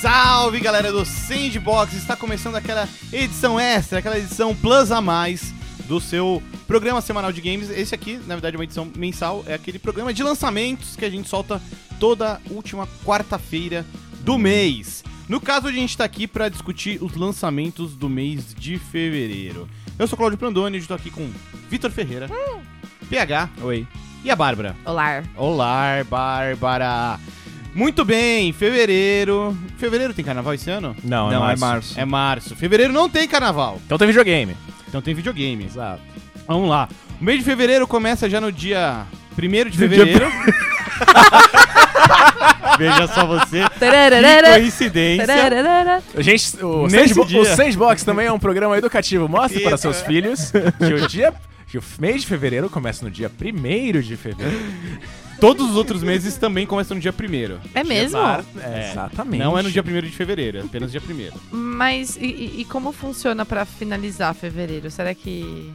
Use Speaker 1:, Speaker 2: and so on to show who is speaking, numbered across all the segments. Speaker 1: Salve galera do Sandbox! Está começando aquela edição extra, aquela edição plus a mais do seu programa semanal de games. Esse aqui, na verdade, é uma edição mensal, é aquele programa de lançamentos que a gente solta toda última quarta-feira do mês. No caso, a gente está aqui para discutir os lançamentos do mês de fevereiro. Eu sou Claudio Prandoni, estou aqui com Vitor Ferreira, PH
Speaker 2: Oi.
Speaker 1: e a Bárbara.
Speaker 3: Olá.
Speaker 1: Olá, Bárbara! Muito bem, fevereiro. Fevereiro tem carnaval esse ano?
Speaker 2: Não, é março.
Speaker 1: É março. Fevereiro não tem carnaval,
Speaker 2: Então tem videogame.
Speaker 1: então tem videogame.
Speaker 2: Exato.
Speaker 1: Vamos lá. O mês de fevereiro começa já no dia 1 de fevereiro. Veja só você.
Speaker 3: Tararara,
Speaker 1: Coincidência.
Speaker 3: tararara.
Speaker 2: Gente, o,
Speaker 1: Nesse
Speaker 2: Sandbo
Speaker 1: dia.
Speaker 2: o Sandbox também é um programa educativo. Mostre para seus filhos que o dia. Que o mês de fevereiro começa no dia 1 de fevereiro.
Speaker 1: Todos os outros meses também começam no dia 1
Speaker 3: É mesmo?
Speaker 2: É, exatamente.
Speaker 1: Não é no dia 1 de fevereiro, é apenas dia 1
Speaker 3: Mas e- e, e como funciona pra finalizar fevereiro? Será que.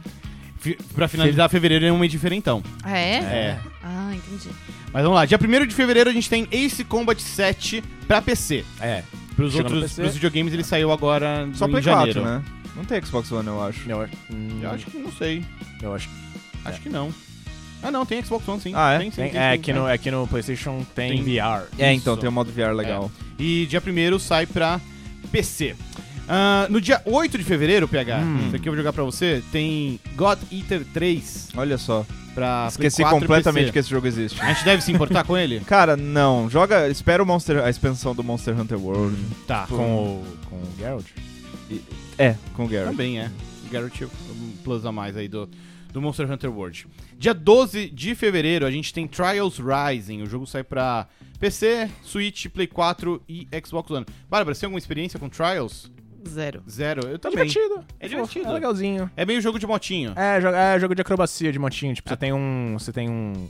Speaker 1: Fi- Pra finalizar, fevereiro é um mês diferentão.
Speaker 3: Ah, é?
Speaker 1: É.
Speaker 3: Ah, entendi.
Speaker 1: Mas vamos lá, dia 1 de fevereiro a gente tem Ace Combat 7 pra PC.
Speaker 2: É.
Speaker 1: Pros
Speaker 2: Chega no
Speaker 1: outros
Speaker 2: PC.
Speaker 1: pros videogames ele saiu agora
Speaker 4: Só
Speaker 1: em
Speaker 4: Play
Speaker 1: janeiro.
Speaker 4: 4, né? Não tem Xbox One, eu acho.
Speaker 2: Eu, acho-
Speaker 1: Eu acho que não sei.
Speaker 2: Hum, eu acho
Speaker 1: Acho que não. Ah, não, tem Xbox One sim.
Speaker 4: Ah, é?
Speaker 1: Tem, sim,
Speaker 2: tem,
Speaker 1: tem,
Speaker 2: é,
Speaker 1: sim,
Speaker 2: aqui
Speaker 1: tem.
Speaker 2: no, aqui no PlayStation
Speaker 1: Tem.
Speaker 2: tem, VR.
Speaker 4: É, então,
Speaker 1: Isso.
Speaker 4: tem um modo VR legal.
Speaker 1: E dia 1 sai pra PC. Ah, no dia 8 de fevereiro, PH,
Speaker 2: Hum.
Speaker 1: isso aqui eu vou jogar pra você, tem God Eater 3
Speaker 4: Olha só.
Speaker 1: pra
Speaker 4: Esqueci
Speaker 1: É. Play 4 e
Speaker 4: completamente que
Speaker 1: PC.
Speaker 4: esse jogo existe.
Speaker 1: A gente deve se importar com ele?
Speaker 4: Cara, não. Joga. Espera o Monster, a expansão do Monster Hunter World.
Speaker 1: Tá.
Speaker 2: Com o, com o Geralt. Tá
Speaker 4: É, com o Garrett.
Speaker 1: Também é. Garrett um plus a mais aí do, do Monster Hunter World. Dia 12 de fevereiro a gente tem Trials Rising. O jogo sai pra PC, Switch, Play 4 e Xbox One. Bárbara, você tem alguma experiência com Trials?
Speaker 3: Zero.
Speaker 1: Zero. Eu
Speaker 2: Tá
Speaker 1: também.
Speaker 2: divertido.
Speaker 1: É divertido.
Speaker 2: É legalzinho.
Speaker 1: É meio jogo de motinho.
Speaker 2: É, jogo, é jogo de acrobacia de motinho.
Speaker 1: Ah.
Speaker 2: Tipo, você tem um. Você tem um.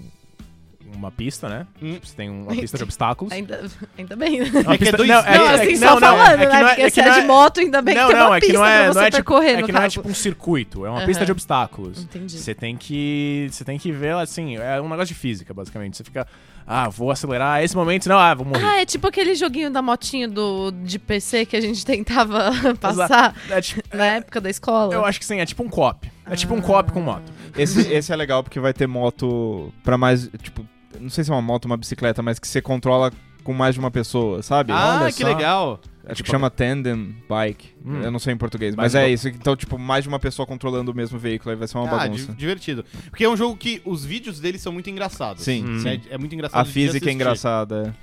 Speaker 2: Uma pista, né?
Speaker 1: Hum.
Speaker 2: Tipo, você tem uma pista de obstáculos.
Speaker 3: Ainda, ainda bem. né?
Speaker 1: É que é dois-
Speaker 2: Não,
Speaker 1: é
Speaker 3: não,
Speaker 1: que-
Speaker 3: assim,
Speaker 2: que-
Speaker 3: só
Speaker 2: não, não,
Speaker 3: falando,
Speaker 2: é que
Speaker 3: né?
Speaker 2: não é-
Speaker 3: Porque
Speaker 2: é que
Speaker 3: se
Speaker 2: não
Speaker 3: é
Speaker 2: é-
Speaker 3: de moto, ainda bem que tem uma
Speaker 2: é
Speaker 3: pista pra você
Speaker 2: é
Speaker 3: percorrer,
Speaker 2: tipo, é
Speaker 3: no
Speaker 2: que não é
Speaker 3: caso.
Speaker 2: tipo um circuito, é uma
Speaker 3: Aham.
Speaker 2: pista de obstáculos.
Speaker 3: Entendi.
Speaker 2: Você tem que. Você tem que ver, assim, é um negócio de física, basicamente. Você fica, ah, vou acelerar esse momento, senão, ah, vou morrer.
Speaker 3: Ah, é tipo aquele joguinho da motinha do, de PC que a gente tentava passar
Speaker 2: Exato. É tipo-
Speaker 3: na época da escola.
Speaker 2: eu acho que sim, é tipo um cop. É tipo
Speaker 3: Ah.
Speaker 2: um cop com moto.
Speaker 4: Esse, esse é legal porque vai ter moto pra mais. Tipo, não sei se é uma moto ou uma bicicleta, mas que você controla com mais de uma pessoa, sabe?
Speaker 1: Ah,
Speaker 2: olha
Speaker 1: que
Speaker 2: só.
Speaker 1: legal.
Speaker 4: Acho que tipo, chama tandem bike.
Speaker 2: Hum.
Speaker 4: Eu não sei em português,
Speaker 2: Mas
Speaker 4: mas, é
Speaker 2: bo-
Speaker 4: isso. Então, tipo, mais de uma pessoa controlando o mesmo veículo, aí vai ser É uma
Speaker 1: ah, di-
Speaker 4: bagunça.
Speaker 1: divertido. Porque é um jogo que os vídeos dele são muito engraçdados.
Speaker 4: Sim,
Speaker 1: Né?
Speaker 2: sim.
Speaker 1: É, muito engraçado.
Speaker 4: A
Speaker 1: de
Speaker 4: física é
Speaker 1: assistir.
Speaker 4: engraçada.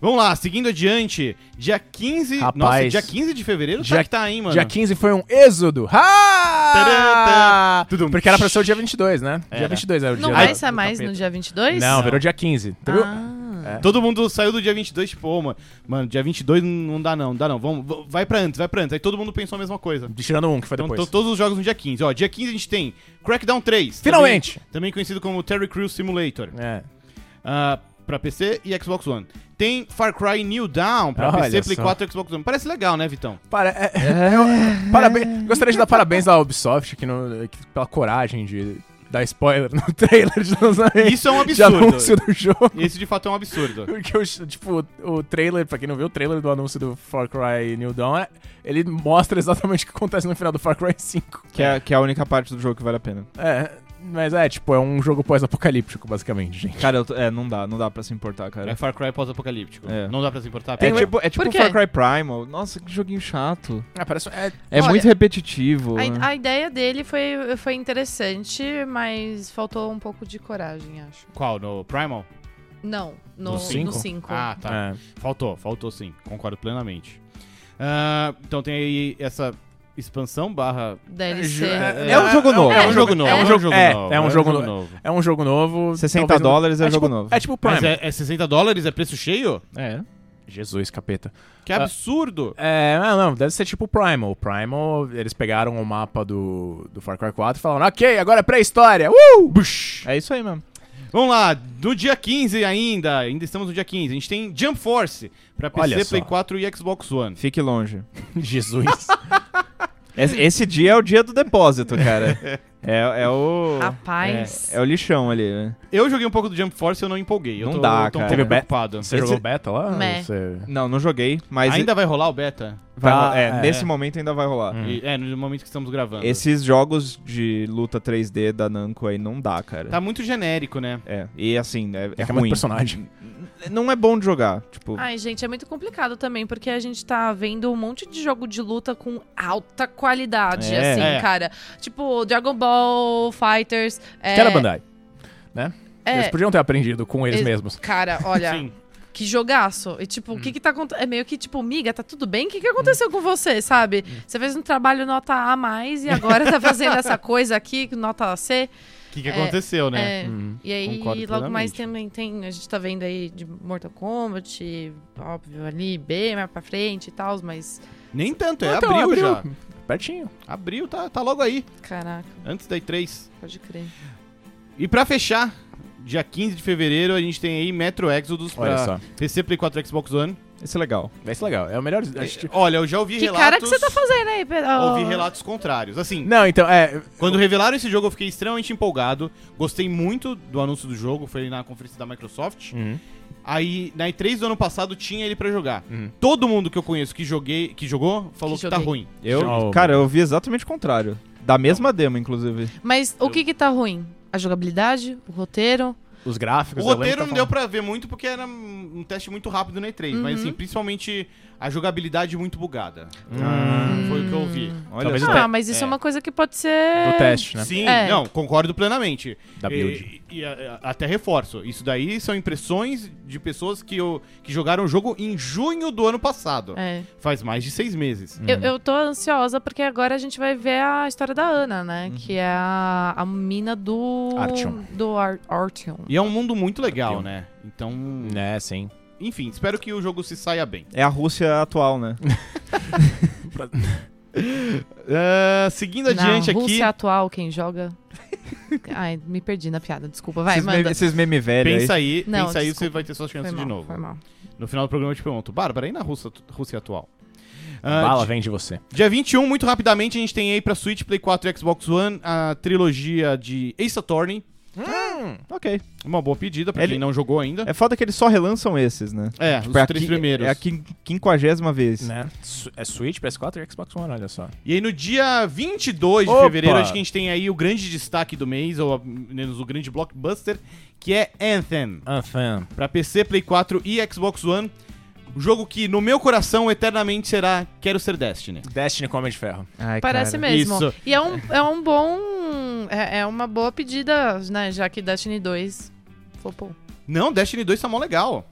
Speaker 1: Vamos lá, seguindo adiante. Dia 15. Nossa,
Speaker 2: Rapaz.
Speaker 1: dia 15 de fevereiro? Será
Speaker 2: Dia-
Speaker 1: que tá, hein, mano?
Speaker 2: Dia 15 foi um êxodo. Ah!
Speaker 1: Tudum.
Speaker 2: Porque era pra ser o dia 22, né?
Speaker 1: Era.
Speaker 2: Dia 22 era o dia
Speaker 3: Não
Speaker 2: do-
Speaker 3: vai
Speaker 2: do
Speaker 3: sair mais
Speaker 2: capeta.
Speaker 3: no dia 22?
Speaker 2: Não, virou dia 15. entendeu?
Speaker 3: Ah.
Speaker 1: Todo mundo saiu do dia 22, tipo, ô, mano, mano, dia 22 não dá não, não dá não, vamos, v- vai pra antes, vai pra antes. Aí todo mundo pensou a mesma coisa.
Speaker 2: Tirando um que foi
Speaker 1: Então,
Speaker 2: depois.
Speaker 1: to- todos os jogos no dia 15. Ó, dia 15 a gente tem Crackdown 3.
Speaker 2: Finalmente!
Speaker 1: Também, também conhecido como Terry Crews Simulator.
Speaker 2: É.
Speaker 1: ah, pra PC e Xbox One. Tem Far Cry New Down pra
Speaker 2: Olha
Speaker 1: PC, Play
Speaker 2: só.
Speaker 1: 4 e Xbox One. Parece legal, né, Vitão?
Speaker 2: Para, é- é- eu- parabéns, gostaria de dar parabéns à Ubisoft que no- que- pela coragem de dar spoiler no trailer de lançamento.
Speaker 1: Isso é um
Speaker 2: De anúncio
Speaker 1: absurdo.
Speaker 2: do jogo.
Speaker 1: Esse de fato é um absurdo.
Speaker 2: Porque, o, tipo, o trailer, pra quem não viu, o trailer do anúncio do Far Cry New Dawn, ele mostra exatamente o que acontece no final do Far Cry 5.
Speaker 4: Que é, que é a única parte do jogo que vale a pena.
Speaker 2: É, mas é, tipo, é um jogo pós-apocalíptico, basicamente, gente.
Speaker 4: Cara, eu tô- é, não dá, não dá pra se importar, cara.
Speaker 1: É Far Cry pós-apocalíptico.
Speaker 4: É.
Speaker 1: Não dá pra se importar.
Speaker 4: É
Speaker 1: Pega-
Speaker 4: tipo, é tipo
Speaker 3: Por quê?
Speaker 4: Far Cry Primal. Nossa, que joguinho chato.
Speaker 2: É, parece... É,
Speaker 4: É
Speaker 3: Olha,
Speaker 4: muito repetitivo. né?
Speaker 3: A, a ideia dele foi, foi interessante, mas faltou um pouco de coragem, acho.
Speaker 1: Qual? No Primal?
Speaker 3: Não, no
Speaker 2: No
Speaker 3: 5.
Speaker 2: cinco?
Speaker 3: No cinco.
Speaker 1: Ah, tá.
Speaker 2: é.
Speaker 1: Faltou, faltou sim, concordo plenamente. Ah, então tem aí essa expansão barra.
Speaker 3: DLC.
Speaker 4: É um jogo novo.
Speaker 1: É um jogo novo.
Speaker 3: é um
Speaker 2: jogo- é, é um jogo no-
Speaker 1: novo.
Speaker 2: É um jogo novo.
Speaker 4: 60
Speaker 2: talvez não-
Speaker 4: dólares é
Speaker 2: tipo-
Speaker 4: jogo novo.
Speaker 2: É tipo
Speaker 1: Mas
Speaker 2: Prime.
Speaker 1: é, é 60 dólares? É preço cheio?
Speaker 2: é. Jesus, capeta.
Speaker 1: Que
Speaker 2: Ah.
Speaker 1: absurdo!
Speaker 2: É, não, não, deve ser tipo o Primal. O Primal, eles pegaram o mapa do, do Far Cry 4 e falaram, ok, agora é pré-história. Uh! Bush!
Speaker 4: É isso aí mesmo.
Speaker 1: Vamos lá, no dia 15 ainda, ainda estamos no dia 15, a gente tem Jump Force pra
Speaker 2: Olha
Speaker 1: PC,
Speaker 2: só.
Speaker 1: Play 4 e Xbox One.
Speaker 4: Fique longe.
Speaker 2: Jesus.
Speaker 4: Es- Esse dia é o dia do depósito, cara. É, é o.
Speaker 3: Ah. Rapaz.
Speaker 4: É, é o lixão ali, né?
Speaker 1: Eu joguei um pouco do Jump Force e eu não empolguei. Eu
Speaker 4: Não
Speaker 1: tô,
Speaker 4: dá,
Speaker 1: tô
Speaker 4: cara.
Speaker 1: um pouco
Speaker 2: Teve beta?
Speaker 1: preocupado.
Speaker 2: Você
Speaker 4: Esse-
Speaker 2: jogou beta lá?
Speaker 3: Mé.
Speaker 2: Você-
Speaker 4: Não, não joguei, mas.
Speaker 1: Ainda vai rolar o beta?
Speaker 4: vai
Speaker 2: Tá,
Speaker 4: ro- é,
Speaker 2: é.
Speaker 4: nesse momento ainda vai rolar.
Speaker 2: Hum.
Speaker 1: E- é, no momento que estamos gravando.
Speaker 4: Esses jogos de luta 3D da Namco aí não dá, cara.
Speaker 1: Tá muito genérico, né?
Speaker 4: É, e assim, é, é
Speaker 2: que é muito
Speaker 4: ruim.
Speaker 2: personagem.
Speaker 4: Não é bom de jogar, tipo...
Speaker 3: Ai, gente, é muito complicado também, porque a gente tá vendo um monte de jogo de luta com alta qualidade,
Speaker 4: É.
Speaker 3: assim,
Speaker 1: É.
Speaker 3: cara. Tipo, Dragon Ball, Fighters. É,
Speaker 2: Que era a Bandai. Eles
Speaker 3: É,
Speaker 2: podiam ter aprendido com eles
Speaker 3: Eles-
Speaker 2: mesmos.
Speaker 3: cara, olha,
Speaker 1: Sim.
Speaker 3: que jogaço. E tipo, o que que tá acontecendo? É meio que tipo, miga, tá tudo bem? O que que aconteceu com você, sabe? Você fez um trabalho nota A mais e agora tá fazendo essa coisa aqui, nota C.
Speaker 1: O que, que
Speaker 3: É,
Speaker 1: aconteceu, né?
Speaker 3: É,
Speaker 2: Hum.
Speaker 3: E aí,
Speaker 1: Concordo
Speaker 3: logo mais
Speaker 1: plenamente.
Speaker 3: também tem. A gente tá vendo aí de Mortal Kombat, óbvio, ali, B, mais pra frente e tal, mas.
Speaker 1: Nem tanto, é
Speaker 2: Então,
Speaker 1: abril, já.
Speaker 2: Pertinho.
Speaker 1: Abril tá, tá logo aí,
Speaker 3: Caraca,
Speaker 1: antes da E3.
Speaker 3: pode crer.
Speaker 1: E pra fechar, dia 15 de fevereiro, a gente tem aí Metro Exodus
Speaker 2: Olha
Speaker 1: pra
Speaker 2: só.
Speaker 1: PC, Play 4 Xbox One.
Speaker 4: Esse é legal.
Speaker 2: Ah. Vai ser legal. É o melhor. acho que-
Speaker 1: Olha, eu já ouvi
Speaker 3: que
Speaker 1: relatos...
Speaker 3: cara que você tá fazendo aí, Pedro?
Speaker 1: Ouvi relatos contrários. Assim,
Speaker 2: Não, então, é.
Speaker 1: Quando revelaram esse jogo, eu fiquei extremamente empolgado. Gostei muito do anúncio do jogo, foi na conferência da Microsoft. Aí, na E3 do ano passado, tinha ele pra jogar.
Speaker 2: Uhum.
Speaker 1: Todo mundo que eu conheço que, joguei, que jogou falou que,
Speaker 3: Que
Speaker 1: tá
Speaker 3: joguei.
Speaker 1: ruim.
Speaker 4: Eu,
Speaker 2: Oh.
Speaker 4: cara, eu vi exatamente o contrário. Da mesma demo, inclusive.
Speaker 3: Mas o que que tá ruim? A jogabilidade? O roteiro?
Speaker 2: Os gráficos.
Speaker 1: O roteiro
Speaker 2: tá
Speaker 1: não deu pra ver muito porque era um um teste muito rápido na E3,
Speaker 3: Uhum.
Speaker 1: mas assim, principalmente a jogabilidade muito bugada.
Speaker 2: Hum.
Speaker 1: Foi o que eu ouvi.
Speaker 4: Olha
Speaker 2: Talvez
Speaker 4: só.
Speaker 2: até-
Speaker 3: Ah, mas isso é.
Speaker 1: é.
Speaker 3: uma coisa que pode ser.
Speaker 2: Do teste, né?
Speaker 1: Sim,
Speaker 3: É. Tá
Speaker 1: não, concordo plenamente.
Speaker 2: Da build.
Speaker 1: E, e, a- a- até reforço. Isso daí são impressões de pessoas que, eu, que jogaram o jogo em junho do ano passado.
Speaker 3: É.
Speaker 1: Faz mais de seis meses.
Speaker 4: Uhum.
Speaker 3: Eu, eu tô ansiosa porque agora a gente vai ver a história da Ana, né?
Speaker 4: Uhum.
Speaker 3: Que é a, a mina do.
Speaker 2: Artyom.
Speaker 3: Do Ar Artyom.
Speaker 1: E é um mundo muito legal,
Speaker 2: Artyom.
Speaker 1: né? Então,
Speaker 2: É, sim.
Speaker 1: enfim, espero que o jogo se saia bem.
Speaker 4: É a Rússia atual, né?
Speaker 1: Ah, seguindo
Speaker 3: Na
Speaker 1: adiante aqui,
Speaker 3: Rússia atual, quem joga. Ai, me perdi na piada, desculpa. Vai,
Speaker 4: esses,
Speaker 3: manda.
Speaker 4: meme, esses meme velho
Speaker 1: pensa
Speaker 4: aí.
Speaker 1: aí,
Speaker 3: é Não,
Speaker 1: pensa aí,
Speaker 3: desculpa.
Speaker 1: você vai ter sua
Speaker 3: Foi
Speaker 1: chance de
Speaker 3: mal,
Speaker 1: novo.
Speaker 3: Foi mal.
Speaker 1: No final do programa eu te pergunto, Bárbara, e na Rússia, Rússia atual? Ah,
Speaker 2: Bala vem de você.
Speaker 1: Dia 21, muito rapidamente, a gente tem aí pra Switch, Play 4 e Xbox One a trilogia de Ace Attorney.
Speaker 4: Ok.
Speaker 1: Uma boa pedida pra
Speaker 4: Ele-
Speaker 1: quem não jogou ainda.
Speaker 4: É foda que eles só relançam esses, né?
Speaker 1: É,
Speaker 4: Tipo,
Speaker 1: os
Speaker 4: é a
Speaker 1: três
Speaker 4: qui-
Speaker 1: primeiros.
Speaker 4: É a quin- quinquagésima vez.
Speaker 2: Né? Su- É Switch, PS4 e Xbox One, olha só.
Speaker 1: E aí no dia 22 de
Speaker 2: Opa!
Speaker 1: fevereiro, acho que a gente tem aí o grande destaque do mês, ou a- menos o grande blockbuster, que é Anthem.
Speaker 2: Anthem.
Speaker 1: Pra PC, Play 4 e Xbox One. Um jogo que no meu coração eternamente será Quero Ser Destiny.
Speaker 2: Destiny com Homem de Ferro.
Speaker 4: Ai,
Speaker 3: Parece
Speaker 4: cara.
Speaker 3: mesmo.
Speaker 1: Isso.
Speaker 3: E é um, é um bom. É, é uma boa pedida, né? Já que Destiny 2 flopou.
Speaker 1: Não, Destiny 2 tá mó legal.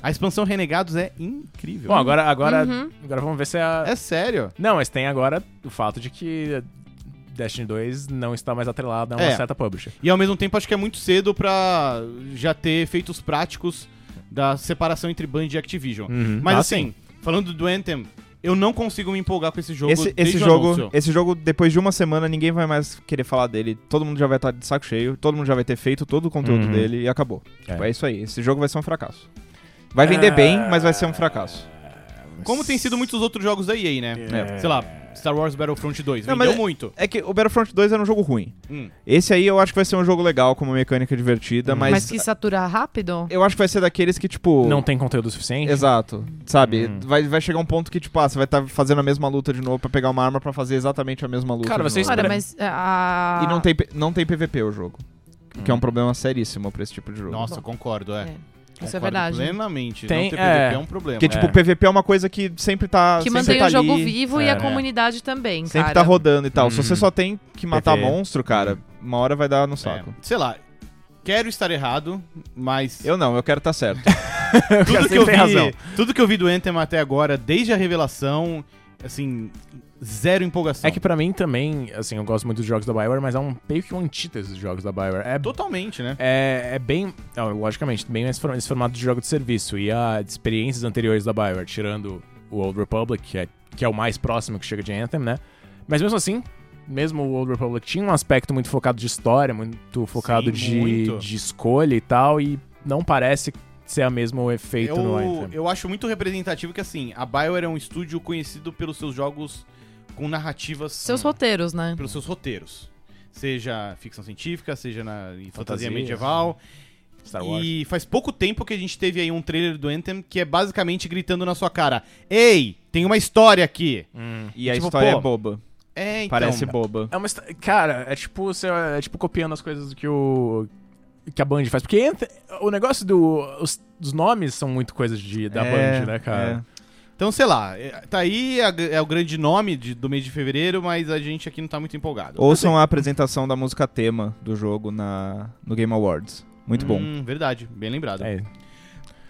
Speaker 1: A expansão Renegados é incrível.
Speaker 2: Bom, agora, agora,
Speaker 3: Uhum.
Speaker 2: agora vamos ver se é a...
Speaker 1: É sério.
Speaker 2: Não, mas tem agora o fato de que Destiny 2 não está mais atrelado a uma
Speaker 1: É.
Speaker 2: certa publisher.
Speaker 1: E ao mesmo tempo acho que é muito cedo pra já ter efeitos práticos da separação entre Band e Activision.
Speaker 2: Uhum.
Speaker 1: Mas
Speaker 2: Ah,
Speaker 1: assim, falando do Anthem, eu não consigo me empolgar com esse jogo
Speaker 4: Esse,
Speaker 1: desde
Speaker 4: esse
Speaker 1: o
Speaker 4: jogo,
Speaker 1: anúncio.
Speaker 4: esse jogo, depois de uma semana, ninguém vai mais querer falar dele. Todo mundo já vai estar de saco cheio, todo mundo já vai ter feito todo o conteúdo
Speaker 2: Uhum.
Speaker 4: dele e acabou.
Speaker 2: É.
Speaker 4: Tipo, é isso aí. Esse jogo vai ser um fracasso. Vai
Speaker 1: É.
Speaker 4: vender bem, mas vai ser um fracasso. é-
Speaker 1: Como tem sido muitos outros jogos da EA, né?
Speaker 2: É.
Speaker 1: Sei lá, Star Wars Battlefront 2.
Speaker 4: Não,
Speaker 1: Vendeu
Speaker 4: mas-
Speaker 1: muito.
Speaker 4: É que o Battlefront 2 era um jogo ruim.
Speaker 1: Hum.
Speaker 4: Esse aí eu acho que vai ser um jogo legal, com uma mecânica divertida,
Speaker 2: Uhum.
Speaker 4: mas,
Speaker 3: Mas que satura rápido?
Speaker 4: eu acho que vai ser daqueles que, tipo.
Speaker 2: Não tem conteúdo suficiente?
Speaker 4: Exato. Sabe?
Speaker 2: Hum.
Speaker 4: Vai, vai chegar um ponto que, tipo, ah, você vai estar fazendo a mesma luta de novo pra pegar uma arma pra fazer exatamente a mesma luta.
Speaker 2: Cara,
Speaker 4: de
Speaker 2: você
Speaker 4: novo.
Speaker 3: Olha,
Speaker 2: espera-
Speaker 3: mas. é, A...
Speaker 4: E não tem, P- não tem PVP o jogo. Que
Speaker 2: Hum.
Speaker 4: é um problema seríssimo pra esse tipo de jogo.
Speaker 1: Nossa, concordo, é.
Speaker 3: É, Isso é
Speaker 1: Concordo
Speaker 3: verdade.
Speaker 1: Plenamente.
Speaker 2: Tem-
Speaker 1: não ter
Speaker 2: é.
Speaker 1: PVP é um problema.
Speaker 4: Porque, tipo,
Speaker 2: É.
Speaker 4: o PVP é uma coisa que sempre tá.
Speaker 3: Que
Speaker 4: sempre
Speaker 3: mantém
Speaker 4: tá
Speaker 3: o jogo
Speaker 4: ali,
Speaker 3: vivo e
Speaker 2: É.
Speaker 3: a comunidade também,
Speaker 4: Sempre
Speaker 3: cara.
Speaker 4: tá rodando e tal. Se
Speaker 2: Uhum.
Speaker 4: você só tem que matar
Speaker 2: PVP.
Speaker 4: monstro, cara, uma hora vai dar no saco.
Speaker 1: É, sei lá, quero estar errado,
Speaker 2: É.
Speaker 1: mas
Speaker 4: Eu não, eu quero estar certo.
Speaker 1: tudo, que
Speaker 2: Você
Speaker 1: eu vi,
Speaker 2: tem razão.
Speaker 1: tudo que eu vi do Anthem até agora, desde a revelação, assim, zero empolgação.
Speaker 2: É que pra mim também, assim, eu gosto muito dos jogos da Bioware, mas é um meio que uma antítese dos jogos da Bioware. É,
Speaker 1: Totalmente, né?
Speaker 2: é, é bem, ó, logicamente, bem esse form- esse formato de jogo de serviço e as experiências anteriores da Bioware, tirando o Old Republic, que é, que é o mais próximo que chega de Anthem, né? Mas mesmo assim, mesmo o Old Republic tinha um aspecto muito focado de história, muito focado de,
Speaker 1: muito.
Speaker 2: de escolha e tal, e não parece ser a mesmo efeito no
Speaker 1: Eu,
Speaker 2: Anthem.
Speaker 1: é eu acho muito representativo que, assim, a BioWare é um estúdio conhecido pelos seus jogos com narrativas
Speaker 3: Seus roteiros, né?
Speaker 1: pelos seus roteiros. Seja ficção científica, seja na em fantasia
Speaker 2: Fantasia.
Speaker 1: medieval.
Speaker 2: Star Wars.
Speaker 1: E faz pouco tempo que a gente teve aí um trailer do Anthem que é basicamente gritando na sua cara: Ei, tem uma história aqui.
Speaker 2: Hum.
Speaker 4: E a
Speaker 1: Tipo,
Speaker 4: história
Speaker 1: pô,
Speaker 4: é boba.
Speaker 1: É, então.
Speaker 4: Parece boba.
Speaker 2: É uma histó- Cara, é tipo, você- é tipo copiando as coisas que o. que a Band faz. Porque entra- o negócio do. Os, os nomes são muito coisas de, da
Speaker 4: É,
Speaker 2: Band, né, cara?
Speaker 1: Então, sei lá, é- tá aí, é é o grande nome de- do mês de fevereiro, mas a gente aqui não tá muito empolgado.
Speaker 4: Ouçam a apresentação da música tema do jogo na, no Game Awards. Muito bom.
Speaker 1: Hum, verdade, bem lembrado.
Speaker 2: É.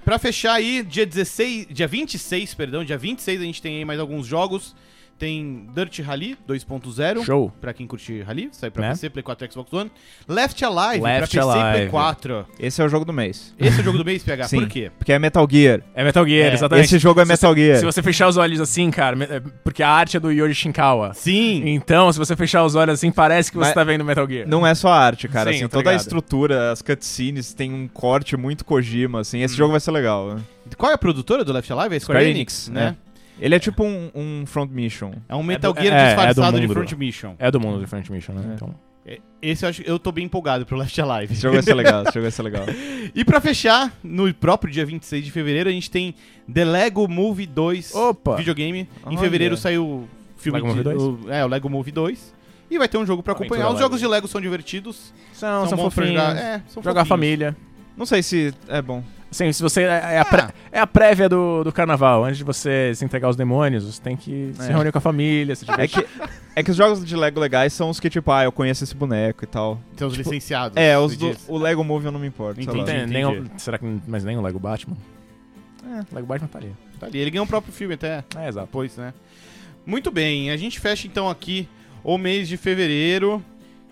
Speaker 1: Pra fechar aí, dia 16, dia 26, perdão, dia 26 a gente tem aí mais alguns jogos. Tem Dirt Rally 2.0.
Speaker 2: Show.
Speaker 1: Pra quem curte Rally, sai pra
Speaker 2: Né?
Speaker 1: PC, Play 4 Xbox One. Left Alive pra
Speaker 2: Left
Speaker 1: PC e Play
Speaker 2: Alive.
Speaker 1: 4.
Speaker 4: Esse é o jogo do mês.
Speaker 1: Esse é o jogo do mês, PH.
Speaker 4: Sim.
Speaker 1: Por quê?
Speaker 4: Porque é Metal Gear.
Speaker 2: É Metal Gear,
Speaker 1: É,
Speaker 2: exatamente.
Speaker 4: Esse jogo é
Speaker 2: Se
Speaker 4: Metal
Speaker 2: você-
Speaker 4: Gear.
Speaker 2: Se você fechar os olhos assim, cara, me- é porque a arte é do Yori Shinkawa.
Speaker 1: Sim.
Speaker 2: Então, se você fechar os olhos assim, parece que você
Speaker 4: Mas-
Speaker 2: tá vendo Metal Gear.
Speaker 4: Não é só a arte, cara.
Speaker 2: Sim,
Speaker 4: assim,
Speaker 2: eu tô
Speaker 4: toda a
Speaker 2: ligado.
Speaker 4: estrutura, as cutscenes, tem um corte muito Kojima, assim.
Speaker 2: Hum.
Speaker 4: Esse jogo vai ser legal. né?
Speaker 1: Qual é a produtora do Left Alive? É Square,
Speaker 4: Square
Speaker 1: Enix,
Speaker 4: Enix,
Speaker 1: né?
Speaker 4: Ele é tipo um, um front mission.
Speaker 1: É, um Metal
Speaker 2: do-
Speaker 1: Gear
Speaker 2: é, é do
Speaker 1: disfarçado de
Speaker 2: mundo.
Speaker 1: Front Mission.
Speaker 2: É do mundo de Front Mission, né?
Speaker 4: É.
Speaker 2: Então,
Speaker 1: É, Esse eu acho eu tô bem empolgado pro Left Alive.
Speaker 4: Esse jogo vai ser legal, esse jogo vai ser legal.
Speaker 1: E pra fechar, no próprio dia 26 de fevereiro, a gente tem The Lego Movie 2
Speaker 2: Opa!
Speaker 1: videogame. Em
Speaker 4: Olha.
Speaker 1: fevereiro saiu o filme
Speaker 2: Lego
Speaker 1: de,
Speaker 2: Movie
Speaker 1: o, é, o Lego Movie 2. E vai ter um jogo pra
Speaker 2: Aventura
Speaker 1: acompanhar. Os
Speaker 2: Lego.
Speaker 1: jogos de Lego são divertidos.
Speaker 2: São, são
Speaker 1: bons pra
Speaker 2: fofinhos.
Speaker 1: jogar. É, são
Speaker 2: Jogar
Speaker 1: fofinhos.
Speaker 2: família.
Speaker 4: Não sei se é bom.
Speaker 2: Sim, se você. É, é a, pré- é a prévia do, do carnaval. Antes de você se entregar aos demônios, você tem que
Speaker 4: É.
Speaker 2: se reunir com a família. Se
Speaker 4: É
Speaker 2: divertir.
Speaker 4: que, é que os jogos de Lego legais são os que, tipo, ah, eu conheço esse boneco e tal.
Speaker 1: São os licenciados. né,
Speaker 4: É, os do,
Speaker 1: diz.
Speaker 4: o Lego Movie eu não me importo. sei lá.
Speaker 1: Entendi.
Speaker 2: Tem- nem o- será que. Mas nem o Lego Batman? É, Lego Batman tá ali.
Speaker 1: Tá ali. Ele ganhou o próprio filme até.
Speaker 2: É, exato.
Speaker 1: Pois, né? Muito bem, a gente fecha então aqui o mês de fevereiro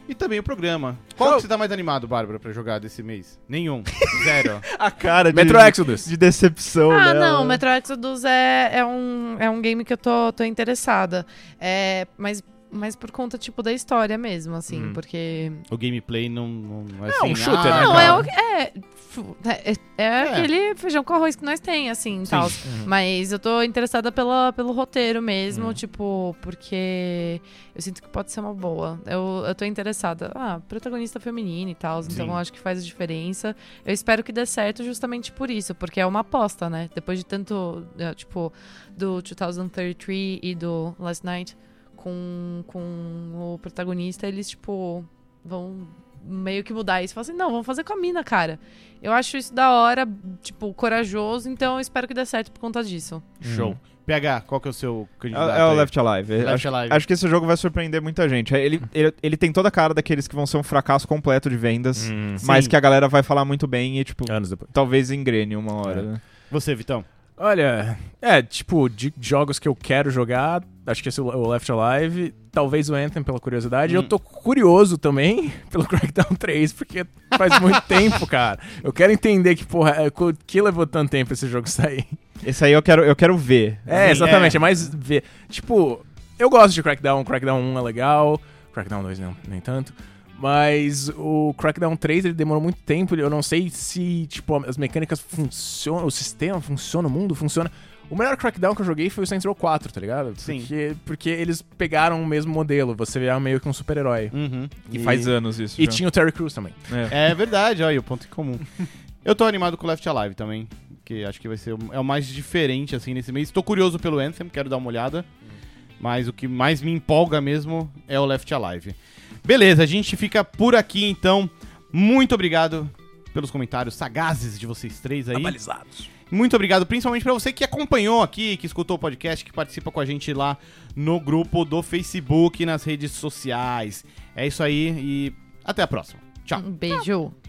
Speaker 1: e também o programa. Qual
Speaker 2: Show.
Speaker 1: que você tá mais animado, Bárbara, pra jogar desse mês? Nenhum. Zero.
Speaker 4: A cara de,
Speaker 2: Metro Exodus.
Speaker 4: de decepção
Speaker 3: Ah,
Speaker 4: dela.
Speaker 3: não, Metro Exodus é, é, um, é um game que eu tô, tô interessada. É, mas, mas por conta, tipo, da história mesmo, assim,
Speaker 2: Hum.
Speaker 3: porque.
Speaker 1: o gameplay não, não é
Speaker 2: É um shooter, né,
Speaker 3: Não,
Speaker 2: cara?
Speaker 3: é o é, fu- é, é aquele feijão com arroz que nós tem, assim, tal. Mas eu tô interessada pela, pelo roteiro mesmo, tipo, porque eu sinto que pode ser uma boa. Eu, eu tô interessada. Ah, protagonista feminina e tal, então
Speaker 1: Sim.
Speaker 3: eu acho que faz a diferença. Eu espero que dê certo justamente por isso, porque é uma aposta, né? Depois de tanto, é, tipo, do 2033 e do Last Night com, com o protagonista, eles, tipo, vão meio que mudar isso. Falam assim, não, vamos fazer com a mina, cara. Eu acho isso da hora, tipo, corajoso, então eu espero que dê certo por conta disso.
Speaker 1: Show. PH, Uhum. qual que é o seu
Speaker 4: É,
Speaker 1: candidato?
Speaker 4: é o
Speaker 1: aí?
Speaker 4: Left Alive.
Speaker 1: Left
Speaker 4: acho,
Speaker 1: Alive. Hum.
Speaker 4: acho que esse jogo vai surpreender muita gente. Ele, ele, ele tem toda a cara daqueles que vão ser um fracasso completo de vendas,
Speaker 2: Hum.
Speaker 4: mas
Speaker 1: Sim. É.
Speaker 4: que a galera vai falar muito bem e, tipo,
Speaker 2: Anos depois.
Speaker 4: talvez engrene uma hora. né?
Speaker 1: Você, Vitão.
Speaker 2: Olha, é, tipo, de jogos que eu quero jogar, acho que esse é o Left Alive, talvez o Anthem, pela curiosidade.
Speaker 1: Hum.
Speaker 2: Eu tô curioso também pelo Crackdown 3, porque faz muito tempo, cara. Eu quero entender que, porra, é, co- que levou tanto tempo esse jogo sair.
Speaker 4: Esse aí eu quero, eu quero ver.
Speaker 2: É, exatamente, é, mais ver. Tipo, eu gosto de Crackdown, Crackdown 1 é legal, Crackdown 2 não, nem tanto. Mas o Crackdown 3 ele demorou muito tempo, eu não sei se, tipo, as mecânicas funcionam, o sistema funciona, o mundo funciona. O melhor Crackdown que eu joguei foi o Saints Row 4, tá ligado?
Speaker 1: Sim.
Speaker 2: Porque, porque eles pegaram o mesmo modelo, você é meio que um super-herói.
Speaker 4: E faz anos isso.
Speaker 2: E
Speaker 4: já.
Speaker 2: tinha o Terry Crews também.
Speaker 4: É.
Speaker 1: É verdade, olha aí o ponto em comum. Eu tô animado com o Left Alive também, que acho que vai ser o, é o mais diferente assim nesse mês. Tô curioso pelo Anthem, quero dar uma olhada.
Speaker 4: Uhum.
Speaker 1: Mas o que mais me empolga mesmo é o Left Alive. Beleza, a gente fica por aqui então. Muito obrigado pelos comentários sagazes de vocês três aí.
Speaker 2: Abalizados.
Speaker 1: Muito obrigado, principalmente pra você que acompanhou aqui, que escutou o podcast, que participa com a gente lá no grupo do Facebook, nas redes sociais. É isso aí e até a próxima. Tchau.
Speaker 3: Um beijo.